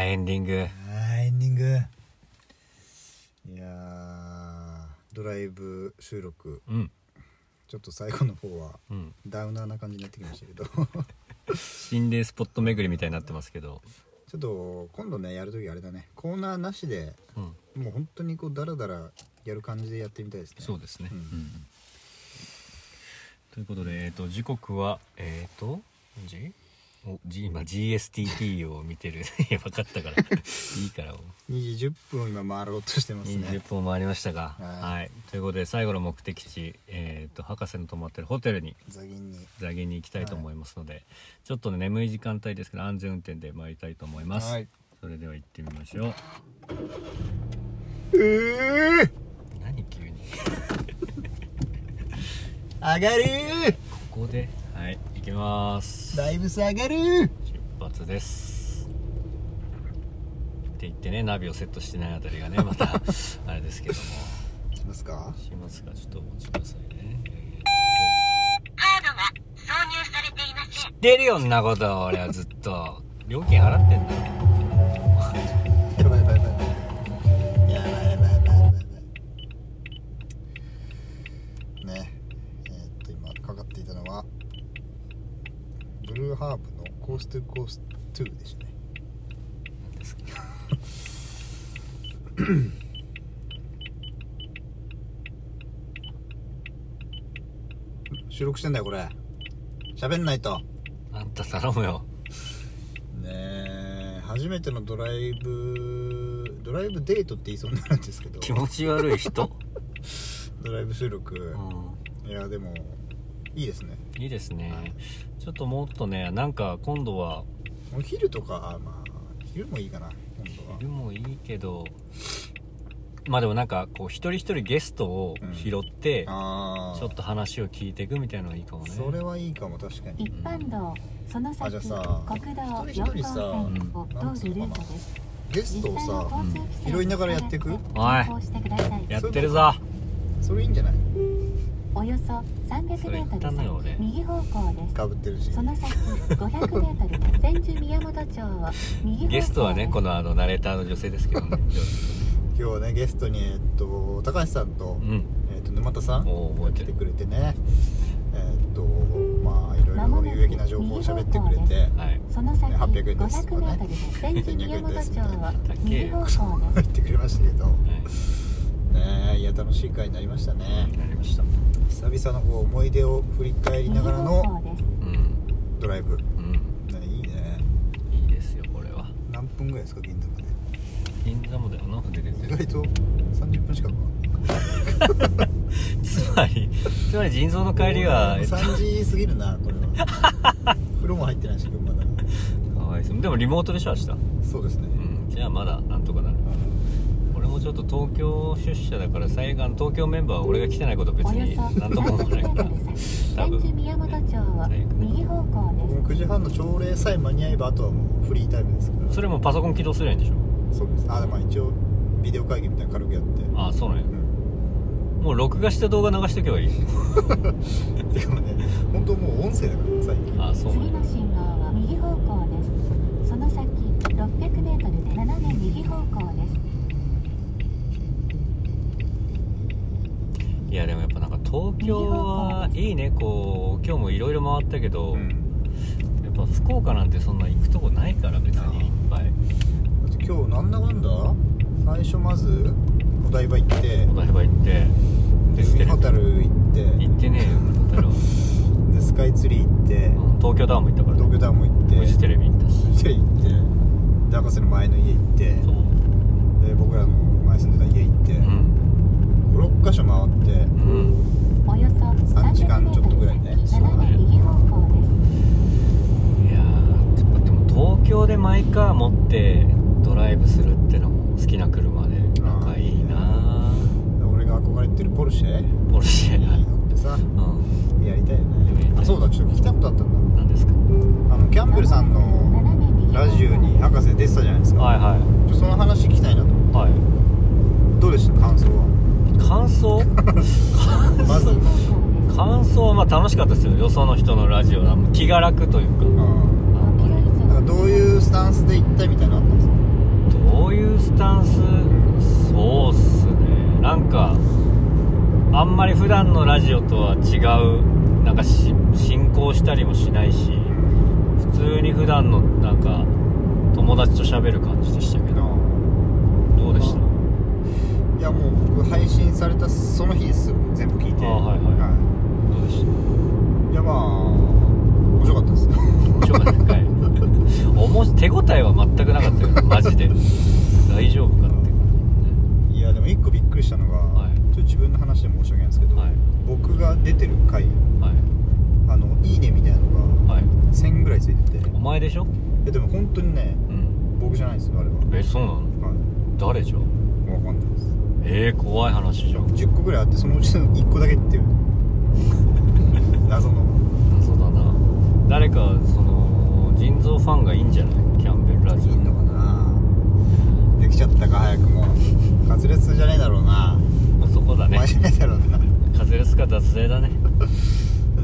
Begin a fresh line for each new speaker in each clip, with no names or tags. エンディング。
あーエンディングいやードライブ収録
うん。
ちょっと最後の方は
うん。
ダウナーな感じになってきましたけど ち
心霊スポット巡りみたいになってますけど。
ょっと今度ねやる時あれだねコーナーなしで
うん。
もう本当にこうダラダラやる感じでやってみたいですね
そうですね。う
うんん。
ということで、えっ、と、時刻は、えっ、と、何時お、G、今 GSTP を見てる。 いや、分かったから。いいから。
2時10分を今回ろうとしてます
20
ね
分回りましたが、
はい
はい、ということで最後の目的地、えー、と博士の泊まってるホテルに
座銀に
座銀に行きたいと思いますので、ちょっとね眠い時間帯ですけど安全運転で参りたいと思います、
はい
それでは行ってみましょう
えー、
何急に
上がる
ここではい行きます
ライブス上がる
出発ですって言ってねナビをセットしてないあたり がねまたあれですけども
しますか
しますがちょっとお待ちくださいね
カードが挿入されていません。
出るよんなこと俺はずっと料金払ってんだよ
やばいやばいやばいやばいやばいやばいやばいやばいねえーっと今かかっていたのはブルーハーブの「コーストゥコーストゥ」でしたね
なんですけど
収録してんだよこれ喋んないと
あんた頼むよ
ねえ初めてのドライブドライブデートって言いそうになるんですけど
気持ち悪い 人、
ドライブ収録
う、ん、
いやでもいいですね
いいですねちょっともっとねなんか今度は
お昼とかあまあ昼もいいかな今度は
昼もいいけどまあでもなんかこう一人一人ゲストを拾って、
ああ
ちょっと話を聞いていくみたいなのがいいかもね
それはいいかも確かに
一般道その
あ
先
じゃあ
国
さ
道
一人
4
一人さ
号線を通るルートです
ゲストをさ拾いながらやっていく
行してください
やってるぞ
それいいんじゃない
およそ
それ言っ
300m
たのよ俺
先右方向です
かぶってるし
その先 500m 千住宮本町を右方向です
ゲストはねこのあのナレーターの女性ですけどね
今日はねゲストにえっと高橋さんと,、
うん
えっと沼田さん
おー覚え
が
て
来
る
てくれてねえっとまあいろいろ有益な情報を喋ってくれて、
はい
その先
800円ですとか
500m
ね
で千住宮本町を右方向で
入ってくれましたけどねえいや楽しい回になりました
はい
ね
なりました
久々のこう思い出を振り返
す
りながら
右方
の
向です
うん
ドライブ、ね、
うん
いいね
いいですよこれは
何分ぐらいですか銀座まで
銀座もだよな出て
意
て
外と30分近くは
つまりつまり腎臓の帰り はえっと
3時過ぎるなこれ は風呂も入ってないしまだ
かわいそうでもリモートでしょ明日
そうですね、
うんじゃあまだなんとかなる俺もちょっと東京出社だから最後東京メンバーは俺が来てないこと別
およ
に
そ
何とも思わないから
300m 先千住宮本町を右方向です
もう9時半の朝礼さえ間に合えばあとはもうフリータイムですから
それもパソコン起動すりゃいいんでしょ
そうですあでも一応ビデオ会議みたいなの軽くやって
ああそうなんや
うん
もう録画した動画流しとけばいい
てかね本当もう音声だから最近
ああそうなん
次
や
の信号は右方向ですその先 600m で斜め右方向です
いやでもやっぱなんか東京はいいねこう今日もいろいろ回ったけど、
うん
やっぱ福岡なんてそんな行くとこないから別にいっぱい
だって今日なんだかんだ最初まずお台場行って
お台場行って
で海ほたる行って
行ってねえよだったら
でスカイツリー行って
東京タワーも行ったから、
東京タワーも行って
フジテレビ行ったし
フジテレビ行ってで博士の前の家行って
そう
で僕らの前住んでた家行って、
うん
56箇所回って
うん
およそ
3時間ちょっとぐらいね
300m 先斜め右方向です
いやーやっぱでも東京でマイカー持ってドライブするってのも好きな車でなんかいいな
俺が憧れてるポルシェいい
ーポルシェ
のってさ
うん
やりたいよねあそうだちょっと聞きたいことあったん
何ですか
だあのキャンベルさんの
斜め右方向
ラジオに博士出てたじゃないですか、
はいは
ちょその話聞きたいなと
いは
どうでした感想はい
感 想
まず
左方向です
感想はまあ楽しかったですよよその人のラジオは気が楽というかあ
あ
んまり
ーなんかどういうスタンスで行ったみたいなのあったんです
とは違うなんかし進行したりもしないし普通に普段のなんか友達と喋る感じでしたけどどうでした、
いやもう僕配信されたその日ですよ全部聞いて
あはいはいどうでした
い、いやまあ面白かった ですね
面白かったかい おもし手応えは全くなかったけどマジで大丈夫かって
いやでも一個びっくりしたのが、
はい
ちょっと自分の話で申し訳ないんですけど、
はい
僕が出てる回
はい
あの「いいね」みたいなのが
はい
1000ぐらいついてて
お前でしょ
えでも本当にね
うん
僕じゃないですよあれは、
えそうなの
はい、
誰じゃん
分かんないです
えー、怖い話じゃん
10個ぐらいあってそのうちの1個だけっていう 謎の
謎だな誰かその腎臓ファンがいいんじゃないキャンベルラジ
いいのかなできちゃったか早くもカツレツじゃねえだろうな、
オ男だ
お
ね
前じゃねえだろうな
カズレスカ脱税だね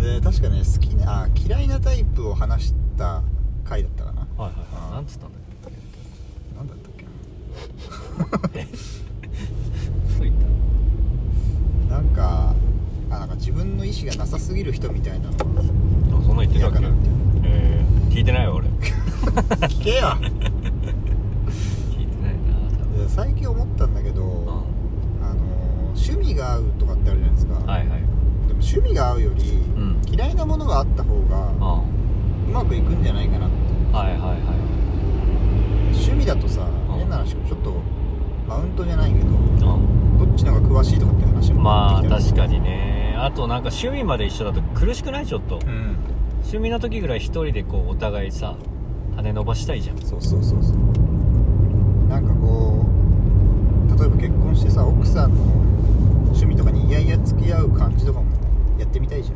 で確かね好きなあ嫌いなタイプを話した回だったかな
はいはいはいなんつったんだっ
何だったっけ
けえ嘘言った
ななんかあなんか自分の意思がなさすぎる人みたいなのが
あそんな言ってたっけ
嫌かなって
えー、聞いてないわ俺
聞け よ
聞いてないな多分
で最近思ったんだけど、あの趣味が合うとかってあるじゃないですか、
うんはいはい
でも趣味が合うより、
ん
嫌いなものがあった方が
あ
うまくいくんじゃないかなって
はいはいはい
趣味だとさ
ん
変な話ちょっとマウントじゃないけど
あ
どっちの方が詳しいとかって話も
まあ
出てき
確
た
か
り
にねあとなんか趣味まで一緒だと苦しくないちょっと、
うん
趣味の時ぐらい一人でこうお互いさ羽伸ばしたいじゃん
そうそうそうそうなんかこう例えば結婚してさ奥さんの趣味とかにいやいや付き合う感じとかもやってみたいじ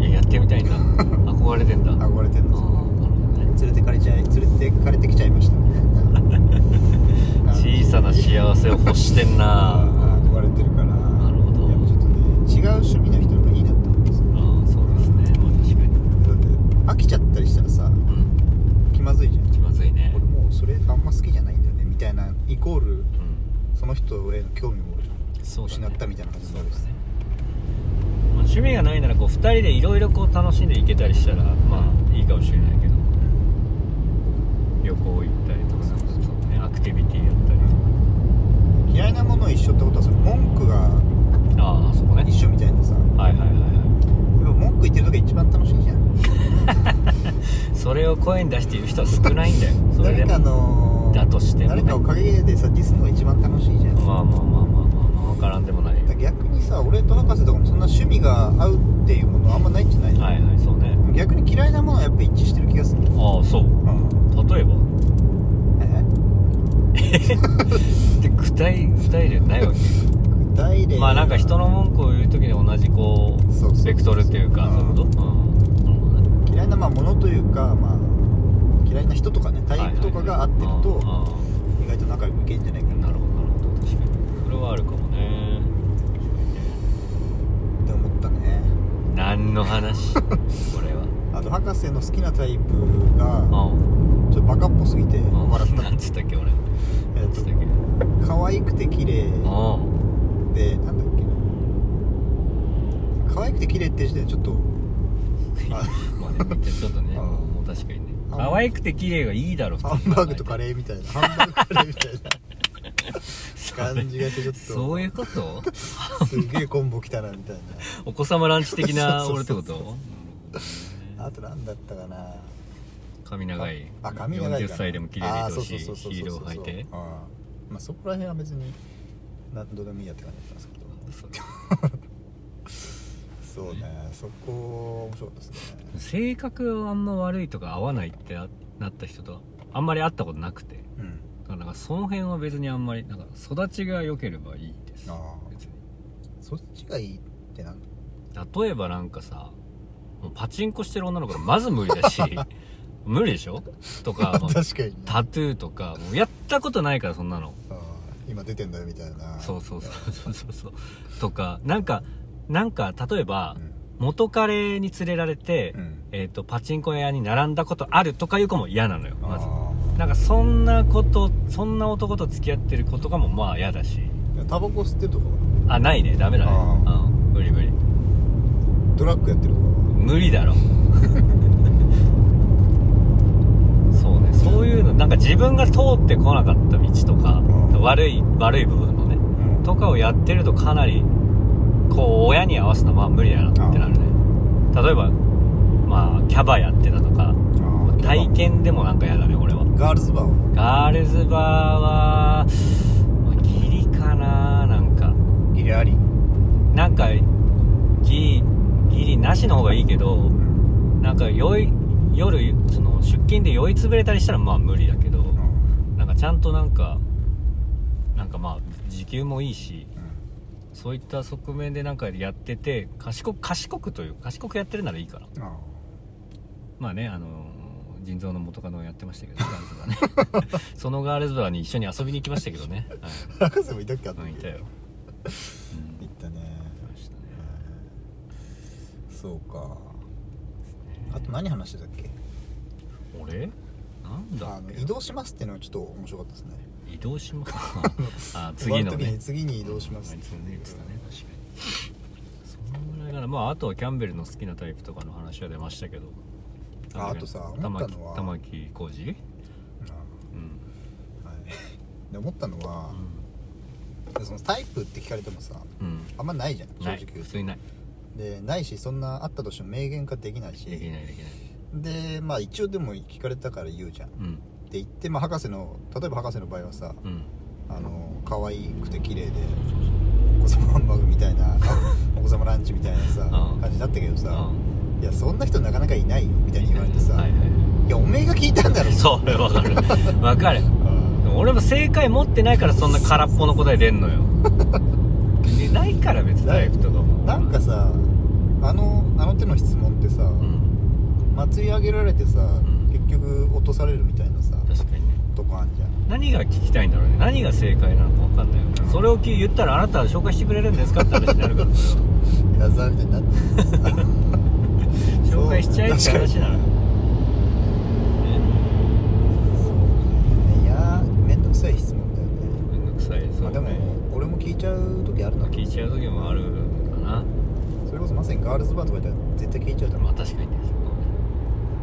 いややってみたいん だ憧れてんだ
ゃん
あ
憧れてん
あなる
の
ほ
その
どね
連れてかれちゃい連れてかれてきちゃい ましたみたいな感
小
じ
さな幸せを欲してん
あ
な
ー憧れてるからな
るほど
やっぱちょっとね違う趣味の人の方がいいなって思うんですよ
ああそうですねまあ確かに
だって飽きちゃったりしたらさ
うん
気まずいじゃん
気まずいね
俺もうそれあんま好きじゃないんだよねみたいなイコール
うん
その人への興味も
そうだね
失ったみたいな感じに
そ
な
う
る
ですね、まあ、趣味がないならこう2人でいろいろこう楽しんでいけたりしたらまあいいかもしれないけど旅行行ったりとか
そうそうそう
ねアクティビティやったり
嫌いなものを一緒ってことはその文句が
とかああそこね
一緒みたいなさやっ
はいはいはいは
ぱ文句言ってる時が一番楽しいじゃん
いそれを声に出して言う人は少ないんだよそれ
誰
で
か
も
の
だとしてもね
誰かを陰でさディスるのが一番楽しいじゃんだか
まあまあまあまあまあまあ分からんでもないよ
ら逆にさ俺と博士とかもそんな趣味が合うっていうものあんまないんじゃない、
はいはいそうね
逆に嫌いなものはやっぱ一致してる気がする
ああそう
うん
例えば
え
で具体具体例ないわけ
具体例
まあなんか人の文句を言う時に同じこう
そうそうそう
ベクトルっていうか
うん
そういうことうんなるほどね
嫌いなまあものというか、まあ、嫌いな人とかねタイプとかが合ってると
ああ
意外と仲良くいけんじゃないか
ああ
な
なるほどなるほど確かにそれはあるかもね
って思ったね
何の 話これは
あと博士の好きなタイプが
う
ちょっとバカっぽすぎて
んうん
笑っ
なんつったっけ俺なん
たえっ
つ
と
ったっけう
可愛くて綺麗
ん
でなんだっけな可愛くて綺麗って時点でちょっ とあ
まあねちょっとね
ああ
もう確かにね
あ
可愛くて綺麗がいいだろ
ハンバーグとカ
レー
レーみたいなハンバーグカレーみたいな感じがしてちょっと
そういうこと
すげえコンボ来たなみたいな
お子様ランチ的な
そう
俺っ
そ
てこ
うそうそう
と
あと何だったかな
髪長い
あ髪長い
40
から
歳でも綺麗でいてほしい
あそうそうそうそうそう
ヒールを履いて
あーまあそこら辺は別に何度でもいいやって感じだったんですけどそうねそこ面白かったですね
性格あんま悪いとか合わないってあなった人とあんまり会ったことなくてだ
うん
からなんかその辺は別にあんまりなんか育ちが良ければいいです
あー
別に
そっちがいいってなん
例えばなんかさもうパチンコしてる女の子がまず無理だ し無理でしょとか、まあ
確かにね
タトゥーとかもうやったことないからそんなの
あー今出てんだよみたいな
そうそうそうそうそうそうとかなんかなんか例えば
ん
元カレに連れられて、
うん
えー、とパチンコ屋に並んだことあるとかいう子も嫌なのよまず
あ
なんかそんなことそんな男と付き合ってる子とかもまあ嫌だし
ータバコ吸ってるとかは
あないねダメだね
あ
うん無理無理
ドラッグやってるとか
無理 だろそうねそういうのなんか自分が通ってこなかった道とか
うん
悪い悪い部分のね
は
とかをやってるとかなりこう親に合わすのはまあ無理だなってなるね例えばまあキャバやってたとか
あー
体験でもなんか嫌だね俺は
ガールズバーは
ガールズバーはまあギリかななんか
ギリあり、
なんかギリギリなしの方がいいけど
うん
なんか酔い夜その出勤で酔いつぶれたりしたらまあ無理だけど、なんかちゃんとなんかなんかまあ時給もいいしそういった側面でなんかやってて賢く賢くという賢くやってるならいいから
ああ
まあねあのー腎臓の元カノをやってましたけどガールズバ ーねそのガールズバーに一緒に遊びに行きましたけどね、は
博士もいたっけあっ
い、うんいたよ、うん
い
い
ったね
ましたね
そうかあと何話してたっけ
俺なんだ
あ
っ
の
け
移動しますっていうのはちょっと面白かったですね
移動します あ次の
終わる時
ね
に次に移動します
あ
っ
い
て
つ
い
も
う
ね言ってたね確かにそんぐらいかなまああとはキャンベルの好きなタイプとかの話は出ましたけど
ああとさ思
玉
った
木
のは
玉木浩二うん、
うんはいで思ったのは
う、
そのタイプって聞かれてもさ
ん
あんまないじゃん
うん、
正
な
直
い
言
普
うと
通にない
でないしそんなあったとしても明言化できないし
できないできない
でまあ一応でも聞かれたから言うじゃんっ
うん
て言って、まあ、博士の例えば博士の場合はさ
うん
あの可愛くて綺麗でお子様ハンバーグみたいなお子様ランチみたいなさ
うん
感じだったけどさ
うん
いやそんな人なかなかいないよみたいに言われてさ、
はい
い
は
やおめえが聞いたんだろ
い、 そう俺わかる わかる
うん
でも俺も正解持ってないからそんな空っぽの答え出んの よねないから別にタイプとかも
なんかさあのあの手の質問ってさ、
うん
祭り上げられてさ、
ん
結局落とされるみたいなさ
確かにね
とこあんじゃん
何が聞きたいんだろうね何が正解なのか分かんないよねそれを聞い言ったらあなたは紹介してくれるんですかって話になる からそれは
矢沢みたいにな ってるさ
紹介しちゃえって話なのよね
いやーめんどくさい質問だよね
めんどくさいそ
まあ
う
で
ね
も俺も聞いちゃう時あるな
聞いちゃう時もあるかな
それこそまさにガールズバーとか行ったら絶対聞いちゃうと思
まあ確かにねそうね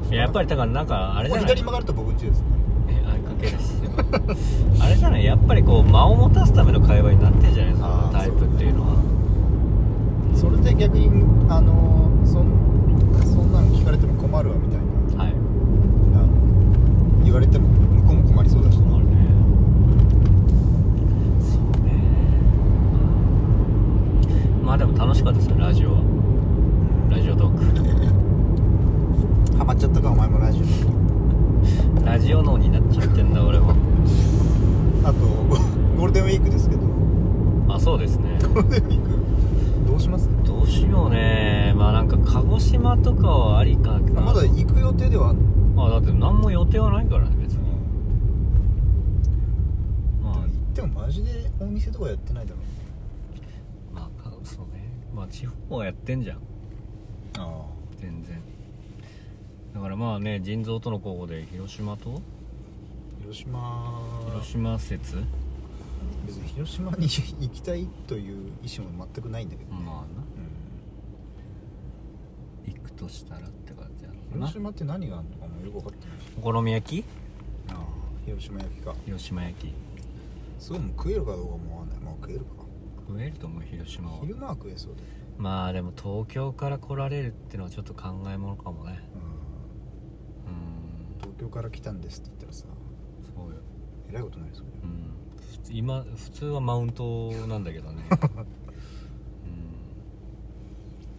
いややっぱりだからなんかあ
う
れ
こ
じゃ
れ
ない
左曲がると僕んちですね
えあ関係ないっすよあれじゃないやっぱりこう間を持たすための会話になってんじゃないですか
あー
タイプっていうのは
それで逆にあのーそんそんなの聞かれても困るわみたいな
はい
あの言われても向こうも困りそうだし
あるねそうねまあでも楽しかったですよラジオはラジオトー
ハマっちゃったかお前もラジオ
クラジオ脳になっちゃってんだ俺も
あと ゴゴールデンウィークですけどゴ
あそうですね
ールデンウィークどうします
どうしようねまあなんか鹿児島とかはありかな
まだ行く予定ではあるの
まあだって何も予定はないからね別にま
でも
あ
行ってもマジでお店とかやってないだろう
まあかそうねまあ地方はやってんじゃん
あ
全然だからまあね腎臓との候補で広島と
広島
広島説
別に広島に 行きたいという意思も全くないんだけどね、
まあな
うん
行くとしたらって感じやろな
広島って何があるのかもよく分かってないし
お好み焼き
ああ広島焼きか
広島焼き
そうもう食えるかどうかもわかんないまあ食えるか
食えると思う広島は
昼間は食えそうだよね
まあでも東京から来られるってのはちょっと考えものかもね
うん
うん
東京から来たんですって言ったらさ
そうよ
えらいことになりそうだよ
うん普通今普通はマウントなんだけ どね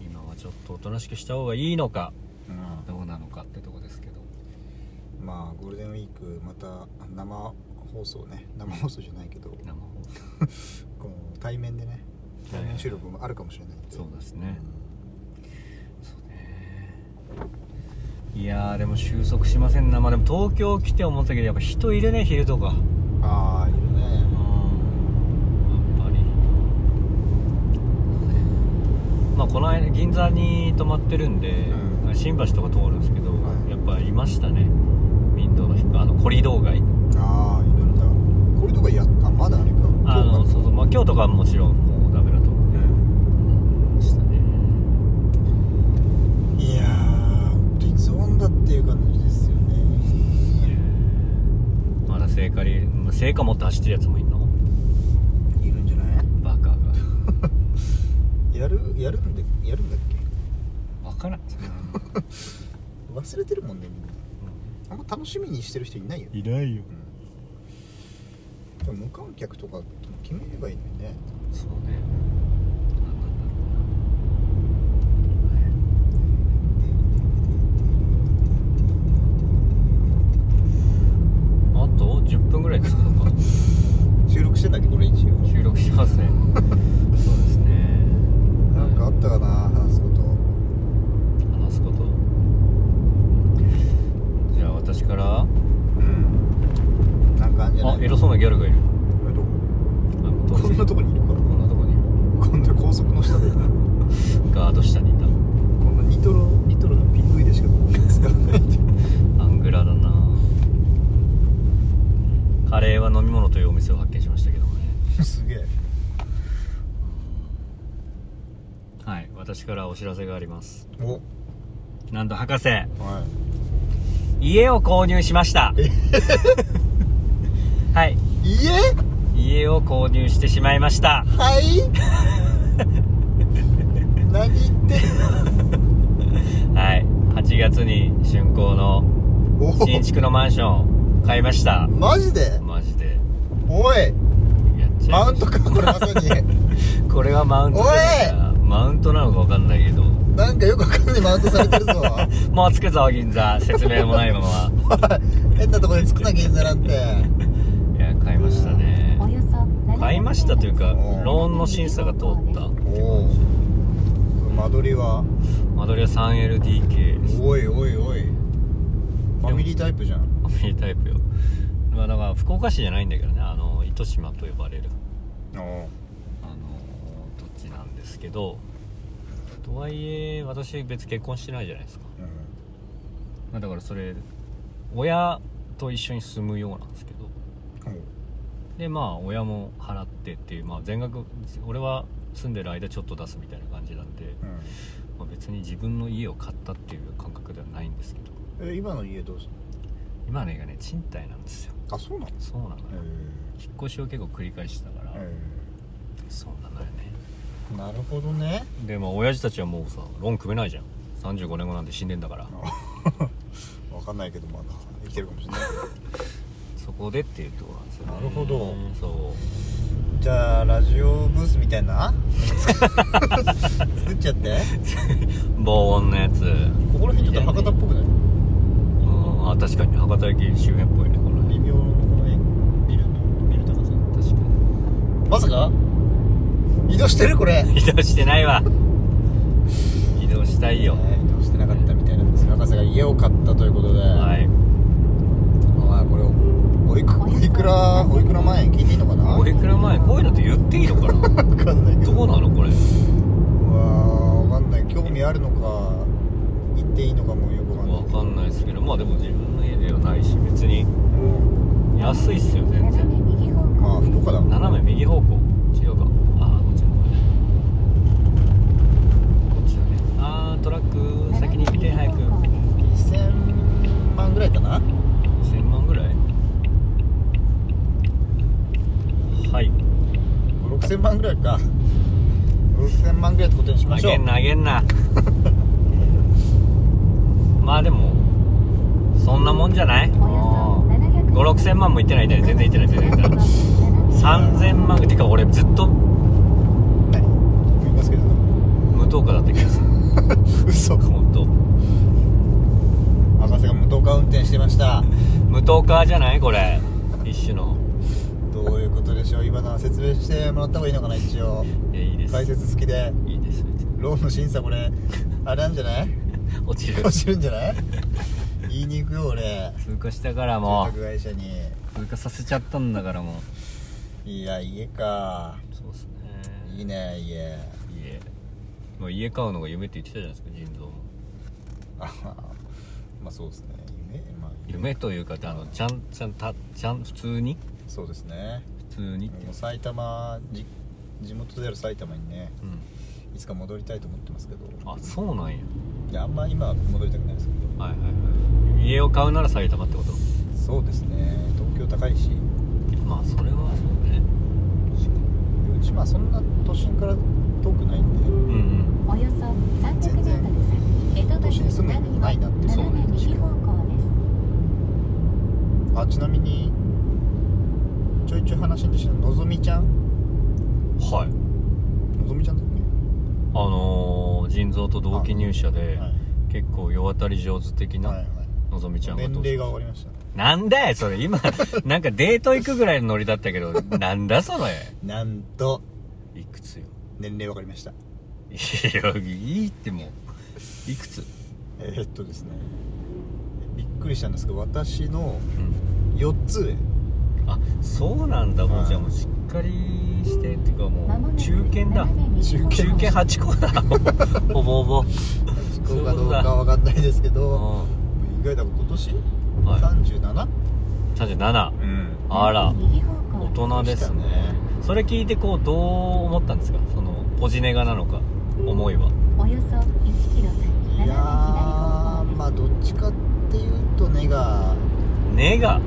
うん今はちょっとおとなしくした方がいいのか
うん
どうなのかってとこですけど
まあゴールデンウィークまた生放送ね 生放送じゃないけど
生放送
この対面でね対面収録もあるかもしれないんで
そうですねいやーでも収束しませんなまあでも東京来て思ったけどやっぱ人いるね昼とか
うんああいるね
うんやっぱりまあこの間銀座に泊まってるんで、
う
新橋とか通るんですけど、
はい
やっぱいましたね民道の低あのコリドー街
ああいるんだこれとかやあまだあれか
あの
そ
そ
う
うそうまあ京都がもちろんもうダメだと思う
か
でしたね聖火リレーまあ聖火持って走ってるやつもいんの
いるんじゃない
バカが
やるやるんでやるんだっけ
分からん、
忘れてるもんねみんなあんま楽しみにしてる人いないよ、
いないよ
うん、でも無観客とかとも決めればいいのにね
そうねなんなんだろうなあと10分ぐらいですかなんか
収録してんだっけこれ一応
収録しますねそうですね
なんかあったかな話すこと
話すことじゃあ私から
うんなんかあんじゃない
あエロそうなギャルがいる
これどこ
あの当
こん
然
なとこにいるか
こんなとこに
らこんな高速の下でこ
ガード下にいた
んなニトロニトロの PV でしか使わないって
アングラだなカレーは飲み物というお店を発見しましたけどもね
すげえ
はい私からお知らせがあります
おはい
なんと博士家を購入しましたはい
家
家を購入してしまいました
はい何言ってんの
はい8月に竣工の
おお
新築のマンションを買いました
マジで
マジで
おい
やっちゃいました
マウントかこれまさに
これはマウントじゃないなマウントなのか分かんないけど
なんかよくわかんないマウントされてるぞ
もう着くぞ銀座説明もないまま
変なとこでつくな銀座なんて
いや買いましたね
およそ700
買いましたというか
おー
ローンの審査が通った
おお間取りは
間取りは 3LDK です
おいおいおいファミリータイプじゃん
ファミリータイプよまあだから福岡市じゃないんだけどねあの糸島と呼ばれる
お
あの土地なんですけどとはいえ私別に結婚してないじゃないですか、まあ、だからそれ親と一緒に住むようなんですけどでまあ親も払ってっていう、まあ、全額俺は住んでる間ちょっと出すみたいな感じなんで、まあ、別に自分の家を買ったっていう感覚ではないんですけど
え今の家どうする
今の家ね賃貸なんですよ
あそうなの
そうなのよ、引っ越しを結構繰り返してたから、そうなのよね
なるほどね
でまあ親父たちはもうさローン組めないじゃん35年後なんて死んでんだから
わかんないけどまだ生きてるかもしれない
そこでっていうところなんですよね
なるほど
そ
じゃあラジオブースみたいな 作っちゃって
う防音のやつ
ここら辺ちょっと博多っぽくな
う
い
んあ確かに博多駅周辺っぽいねこの辺
微妙なこの辺ビルのビル高さ
確かに
まさか移動してるこれ
移動してないわ移動したいよ、
ね移動してなかったみたいなんですが博士が家を買ったということで、
はい
まあこれをおいくおいくらおいくら万円聞いていいのかな
これくら前こういうのって言っていいのかな
分かんないけど
どうなのこれ
うわ分かんない興味あるのか言っていいのかもよくわかんない
わかんないですけどまあでも自分の家ではないし別に安いっすよ全
斜
然
め右方
まあ
向です
太かだ
斜め右方向違うかああこっちだこっちだねああトラック先に見て早く
斜め右方向です
2000万ぐらいかな
1000万ぐらいはい
6000万ぐらいか6000万ぐらいってことにし
投
ましょう
げんな投げんな まあでもそんなもんじゃない
およそ700
56000万もいってないいってない全然いってない全然いってない3000万てか俺ずっと
何見ますけど
無糖価だった気 がする
嘘
本当
博士が無糖化運転してました
無糖化じゃないこれ一種の
どういうことでしょう今のは説明してもらった方がいいのかな一応
いやいいです
解説好きで
いいです別に
ローンの審査これあれなんじゃない
落ちる
落ちるんじゃない言いに行くよ俺
通過したからも
住宅会社に
う通過させちゃったんだからもう
いや家か
そうっすね
いいね家
家もう家買うのが夢って言ってたじゃないですか腎臓も
あまあそうですね夢まあ
夢というかあのちゃんちゃんたちゃん普通に
そうですね
普通に
もう埼玉じ地元である埼玉にね
うん
いつか戻りたいと思ってますけど
あそうなんや
いやあんま今は戻りたくないですけど
はいはいはい家を買うなら埼玉ってこと
そうですね東京高高いし
まあそれはそうね
うちまあそんな都心から遠くないんで
うんうん
およそ300メートル先江戸
都
橋
心に住む意味ないなって
南
そう
側
ね
斜め右方向です
あちなみにちょいちょい話に出てたのぞみちゃん
はい
のぞみちゃんだっ
あのー、腎臓と同期入社
け、
で
はい
結構世渡り上手的
はいは
ないのぞみちゃんが
年
登
齢が
場
分かりました
なんだよそれ 今なんかデート行くぐらいのノリだったけどなんだそれ
なんと
いくつよ
年齢分かりました
いやいいってもういくつ
えーっとですねびっくりしたんですけど私の
うん
4つ上
あそうなんだも
は
う
い
じゃあもうしっかりしてっていうか
間も
も
な
う
く
中堅だ
斜め右方向
中堅8個 だほぼほぼ
聞こうかどうか分かんないですけど
う
意外だ今年、
んは
37?
い37
うん
あら
右方向
大人ですね
そうでしたね
それ聞いてこうどう思ったんですかそのポジネガなのか思いは
およそ1キロ先斜め
い
左
やー
方向です
まあどっちかっていうとネガ
ネガ
ネ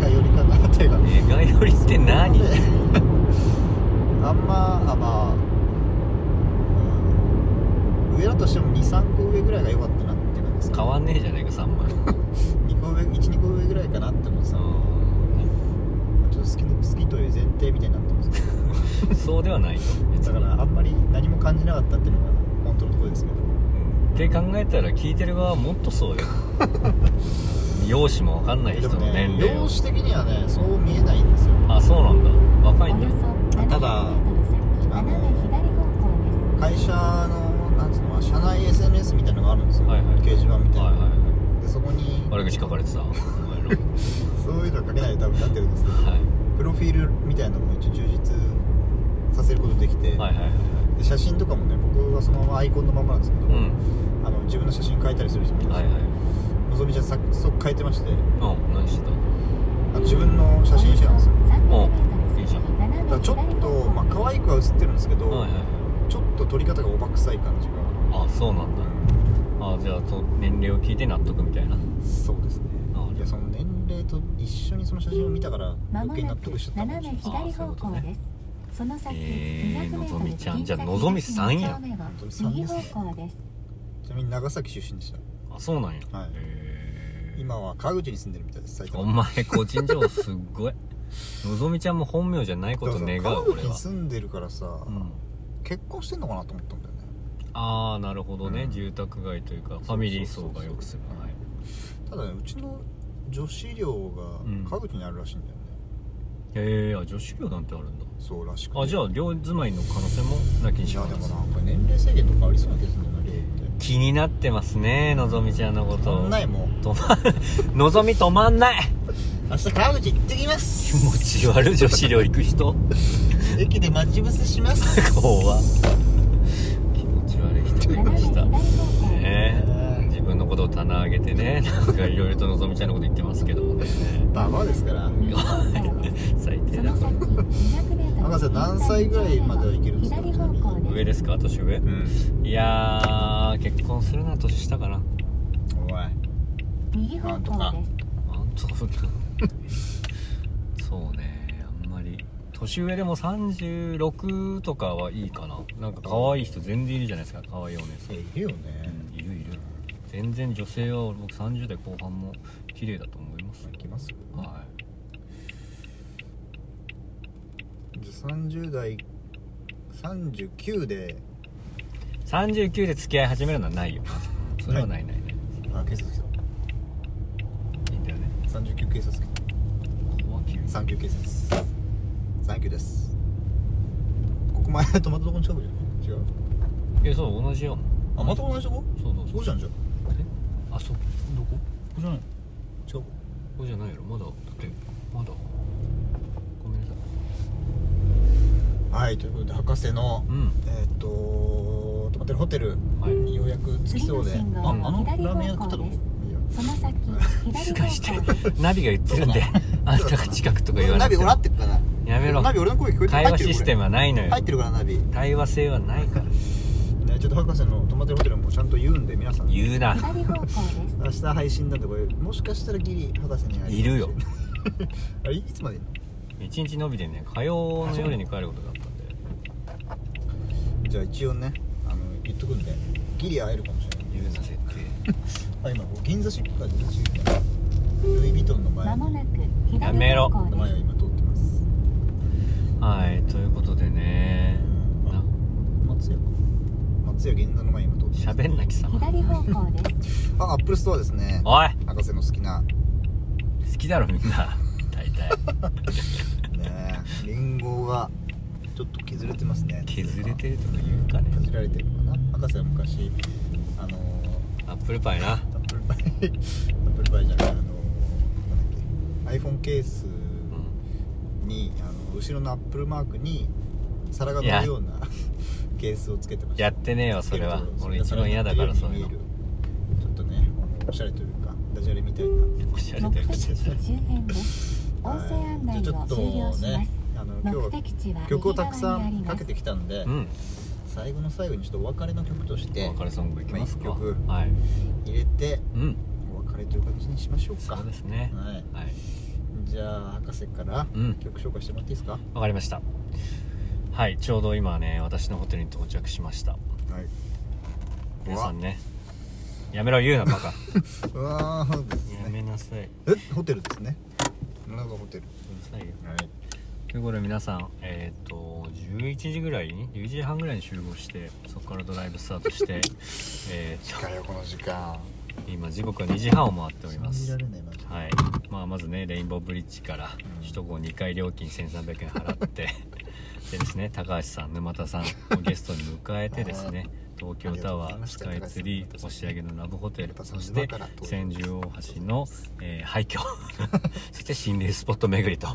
ガよりかな手が
ネガよりって何
であんまあまあ、うん、上だとしても23個上ぐらいが良かったなって感じです
変わんねえじゃねえか3枚
2個上12個上ぐらいかなって思ってたのちょっと好きの好きという前提みたいになってますけ
そうではないよ
どだからあんまり何も感じなかったっていうのが本当のところですけど
って考えたら聞いてる側はもっとそうよ容姿もわかんない
で
人
も
の
ね
年齢を
容姿的にはねそう見えないんですよ
あそうなんだ若い
お
んだ
よそ
た
700
だ
メートル先
あの
斜め左方向です
会社のなんつうのかな社内 SNS みたいなのがあるんですよ、
はいはい
掲示板みたいな、
はいはいは
でそこに
い悪口書かれてたお前ら
そういうの書けないと多分なってるんですけど
はい
プロフィールみたいなのも一応充実させることできて、
はいはいはいはい
で写真とかもね僕はそのままアイコンのままなんですけど、
うん
あの自分の写真変えたりする人もいま
は
す
いはい
のぞみちゃん早速変えてまして
うん何してた
あの自分の写真集なんですよ
いいじゃん
だからちょっと、まあ可愛くは写ってるんですけど、
はいはい
ちょっと撮り方がおばくさい感じが、
はいあそうなんだあじゃあそう年齢を聞いて納得みたいな
そうですね
あ
いやその年齢と一緒にその写真を見たから
まも
余計
な
納
く
得しちゃった
斜
かもし
め
れない
左方向です。その先
えー
200メート
のぞ
ル
みちゃんじゃあのぞみさんや
銀座
のぞみ
東
さん
右
ですね
方向です。
ちなみに長崎出身でした
あそうなんや、
はい
へえ
今は川口に住んでるみたいです埼玉
お前個人情報すっごいのぞみちゃんも本名じゃないこと願う
だからさ川
俺
口に
は、
住んでるからさ、
うん、
結婚してんのかなと思ったんだよね
ああなるほどね、
うん
住宅街というかファミリー層がよくする
そうそうそう
はい
ただねうちの女子寮
うん
が川口にあるらしいんだよね、
へえあ女子寮なんてあるんだ
そうらしくて
あじゃあ寮住まいの可能性もなきに
い
しも
や
あ
で
ら
も
ず
なんか年齢制限とかありそうな気がするんだよな寮って
気になってますねのぞみちゃんのこと
そんないもん
止ま のぞみ止まんない
明日川口行ってきます
気持ち悪い女子寮行く人
駅で待ち伏せします
怖っ気持ち悪い人がい
斜め
ま
左
した
方
ね
向です。
え自分のことを棚上げてねなんかいろいろとのぞみちゃんのこと言ってますけども ね
ババアですから
右方向です。
最低
そ
だ
の先200メートル
博士何歳ぐらいまではいけるんですか
左方向です。
上ですか年上
うん
いやー結婚するな年下かな
おい
右方向です。
あんたそうねあんまり年上でも36とかはいいかななんか可愛い人全然いるじゃないですか可愛いお姉さん
えいるよね
いるいる全然女性は僕30代後半も綺麗だと思いますよ
行きます
は
じゃあ30代39で
い39で付き合い始めるのはない よまずそれはないないない
あ警察来
いいんだよね
た39警察来た
怖き
39警察39ですここ前トマトのとこの近くじゃない違う
えそう同じよ
あまた同じとこ
そうそう
そ
そう
こじゃんじゃんこ
あそうどこここじゃないこ
違う
こじゃないやろまだだってまだごめんなさい
はいということで博士の
うん
えーっと泊まってるホテル
はい
にようやく着きそうで
次の信号
ああのラ
左
ー
方向
メン屋食ったとこ
です
いいよ
その先
静
左
かにして
方向です。
ナビが言ってるんで あんたが近くとか言わな
ナ
く
ビ
て
俺合ってるから
やめろ
ナビ俺の声聞こえてる
会話システムはないのよ
入ってるこれ入ってるか
対話性はないから
らナビねちょっと博士の泊まってるホテルもちゃんと言うんで皆さん
言うな
左方向です。
明日配信なんでこれもしかしたらギリ博士に会え
いるよ
あれいつまで
一日延びてね火曜の夜に帰ることだったんで
じゃあ一応ねあの言っとくんでギリ会えるかもしれない
優な設定
あ今銀座シックか銀座シックかルイ・ヴィトンの前
まもなく
や
左
めろ
方向
の
です
前を今通ってます
はいということでねな
松屋か松屋銀座の前今通ってます
喋んなきさ
左方向です。
あアップルストアですね
おい
博士の好きな
好きだろみんな大体
ねえリンゴがちょっと削れてますね
削れてるとか言うかね
削られてるのかな博士は昔あの
アップルパイな
アップ ルパイアップルパイじゃないあのなんだっけ iPhone ケース
うん
にあの後ろのアップルマークに皿が乗るような ケースをつけてました
やってねえよそれは
つけると
俺一番嫌だからそういうの
皿が乗ってるように見えるちょっとねおしゃれというかダジャレみたいな
おしゃれ
目
だよ
的地周辺です。音声案内を
じゃあち
終
ょ
了
っと
しま
ね
す。
あの今日
目
は
的地は右
曲をたくさ
側にあり
ん
ま
か
す
け。てきたんで、
うん
最後の最後にちょっとお別れの曲とし
お
て
別れソングいきますか
まあ一曲
はい
入れて
うん
お別れという感じにしましょうか
そうですね
はい、
はい
じゃあ博士から
うん
曲紹介してもらっていいですか、
わかりましたはいちょうど今ね私のホテルに到着しました
は
皆さんねやめろ言うなバカ
いうわーです
や
ね
めなさい
えホテルですねなるほどホテ
う
ル
るさいよ
はい
ということで皆さんえっ、と11時ぐらいに11時半ぐらいに集合してそこからドライブスタートしてえー
近いよこの時間
と今時刻は2時半を回っておりま
信じ
す
られないマジで
はいまあ、まずねレインボーブリッジから
うん
首都高2回料金1300円払って でですね高橋さん沼田さんをゲストに迎えてですね東京タワースカイツリー押上のラブホテル
沼田さん
そして
沼から東京
千住大橋の、えー廃墟 そして心霊スポット巡りと
は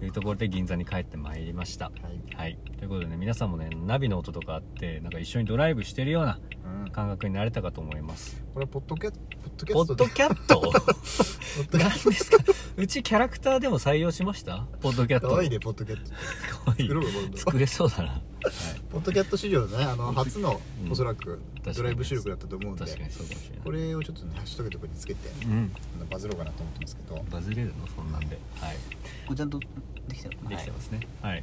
い
いうところで銀座に帰ってまいりました
はい
はいということでね皆さんもねナビの音とかあってなんか一緒にドライブしてるような
うん、
感覚になれたかと思います
これはポッドキャポッドキ
ポ
ャ
ッ
スト
ド
で
キャット
ポッドキャ
何
ス
ですかうちキャラクターでも採用しましたポッドキャット
ト かわいい
で
ねポッドキャット
可愛い
作ろうよ今度
作れそうだな
ポッドキャット史上ねあの初の
うん
おそらく
かに
ドライブ収録だったと思うんで
確かにそうかもしれない
これをちょっとねハッシュタグとかにつけて
うん
あのバズろうかなと思ってますけど
バズれるのそんなんではい
ちゃんとできてる
できてますねはい、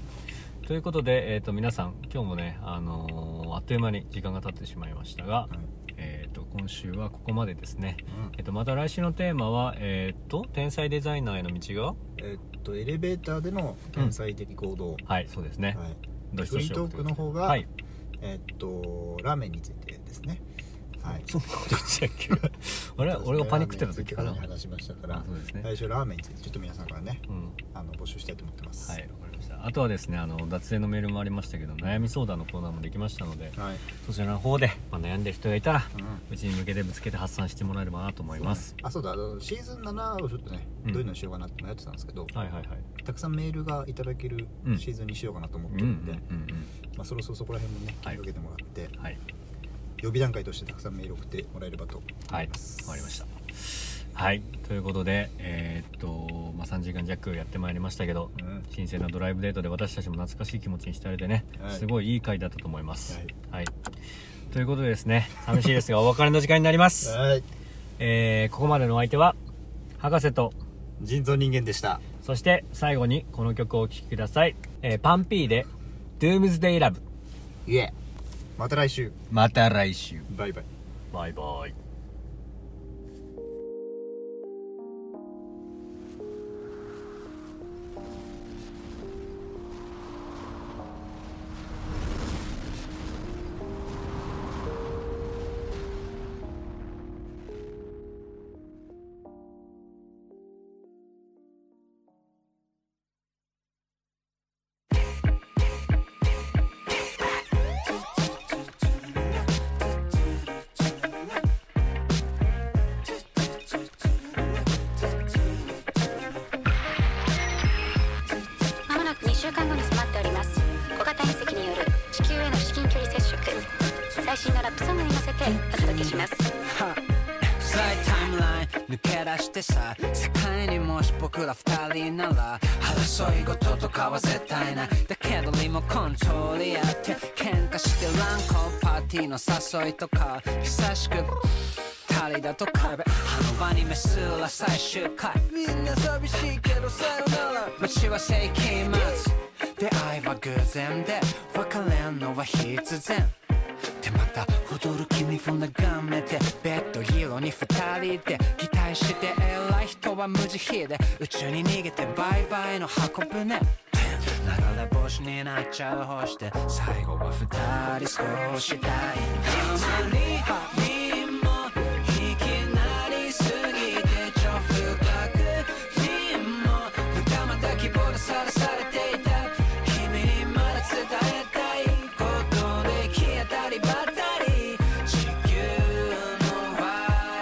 ということで、えー、と皆さん今日もね、あのーあっという間に時間が経ってしまいましたが、えー、と今週はここまでですね、えー、とまた来週のテーマは「えー、と天才デザイナーへの道
えっとエレベーターでの天才的行動、
が」はいそうですね、
はい
どしどし
フリートークの方が
はい
えっとラーメンについてですねはい
そんなこと言ってたっけあれ俺がパニックってた時かな
ラーメンについて話しましたから
あそうですね
来週ラーメンについてちょっと皆さんからね
うん
あの募集したいと思ってます
はい、わかりました。あとはですね、あの脱税のメールもありましたけど、悩み相談のコーナーもできましたので、
はい
そちらの方で、まあ、悩んでる人がいたら、
うん
うちに向けてぶつけて発散してもらえればなと思います。
あそうだあのシーズン7をちょっとね、
うん
どういうのにしようかなって迷ってたんですけど、
はいはいはい。
たくさんメールがいただける
うん
シーズンにしようかなと思っ
う
て
んう
る
ん
んで、
うん
まあ、そろそろそこら辺もね
はい
切り分けてもらって、
うん。はい。
予備段階としてたくさんメール送ってもらえればと
は
思
い
い。ます、
わかりました。はい。ということで、えーっと、まあ、3時間弱やってまいりましたけど、
うんはい
新鮮なドライブデートで私たちも懐かしい気持ちに浸れてね、
はい
すごいいい回だったと思います。はい。ということでですね、寂しいですが、お別れの時間になります。
はい
えーここまでのお相手は博士と
人造人間でした
そして最後にこの曲をお聴きください、えーパンピーで「Doomsday Love
いえまた来週」
また来週
バイバイ
バイバイ
まもなく2週間後に迫っております小型隕石による地球への至近距離接触最新のラップソングに乗せてお届けします
臭いタイムライン抜け出してさ世界にもし僕ら二人なら争い事とかは絶対ないだけどリモコン取り合って喧嘩して乱交パーティーの誘いとか久しく人だと壁あのアニメすら最終回みんな寂しいけどさよなら街は世紀末出会いは偶然で別れんのは必然でまた踊る君を眺めてベッド色に二人で擬態して偉い人は無慈悲で宇宙に逃げてバイバイの箱舟流れ星になっちゃう星で最後は二人少し大たまに波もいきなりすぎて超深くにもまたまた希望でさらされていた君にまだ伝えたいことで行き当たりばったり地球の終わ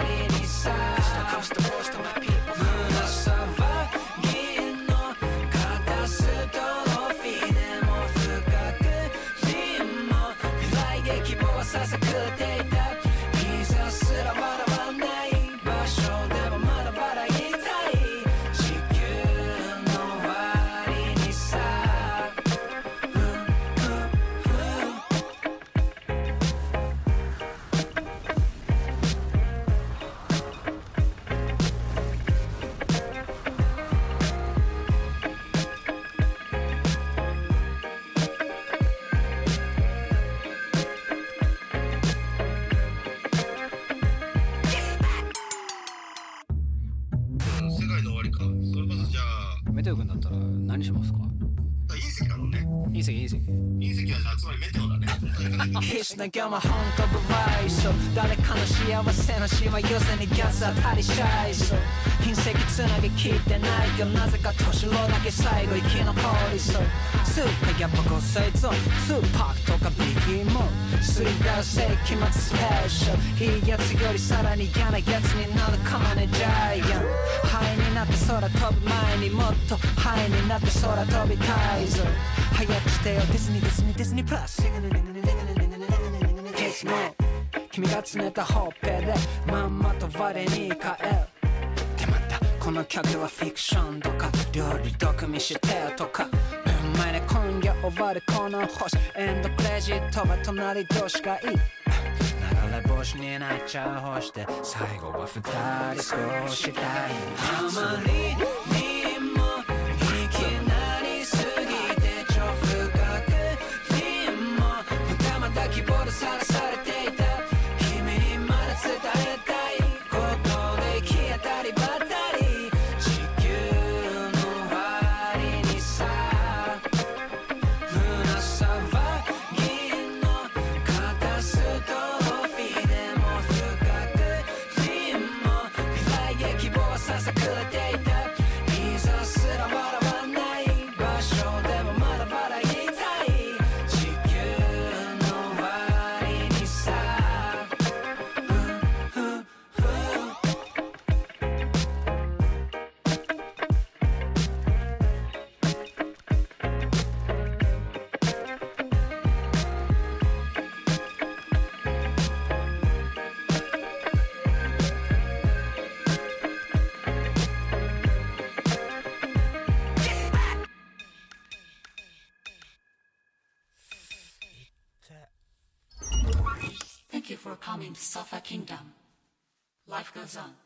りにさ胸騒ぎの片ストロフィーでも深くにも未来で希望はささくれていたいざすら笑わない場所でもまだ笑いたい地球の終わりにさ
世界の終わりかそれこそじゃあ
メテオ君だったら何しますか
隕石だろうね
隕石隕石
隕石はじゃあつまりメテオだね
必死な今日も本当不愛想誰かの幸せのしわ寄せにギャス当たりシャイそう隕石つなぎ切ってないよなぜか年老だけ最後生き残りそうスーパーやっぱ5歳ゾーンスーパーとかビギーも水道世紀末スペシャルいいやつよりさらに嫌なやつになるかもねジャイアン灰になって空飛ぶ前にもっと灰になって空飛びたいぞ早くしてよディズニーディズニーディズニープラスいつも君が詰めたほっぺでまんまと我に返るでまたこの曲はフィクションとか料理毒味してとかうんまいね今夜終わるこの星エンドクレジットは隣同士がいい流れ星になっちゃう星で最後は二人少し大あまりにもいきなりすぎて超深くにもまたまた希望でさらされていた君にまだ伝えたいことで行き当たりばったり地球の終わりにさ胸騒ぎの片ストロフィーでも深くにも未来へ希望はささくれていたいざすら笑わない場所でもまだ笑いたい地球の終わりにさ
Thank you for coming to Sofa Kingdom. Life goes on.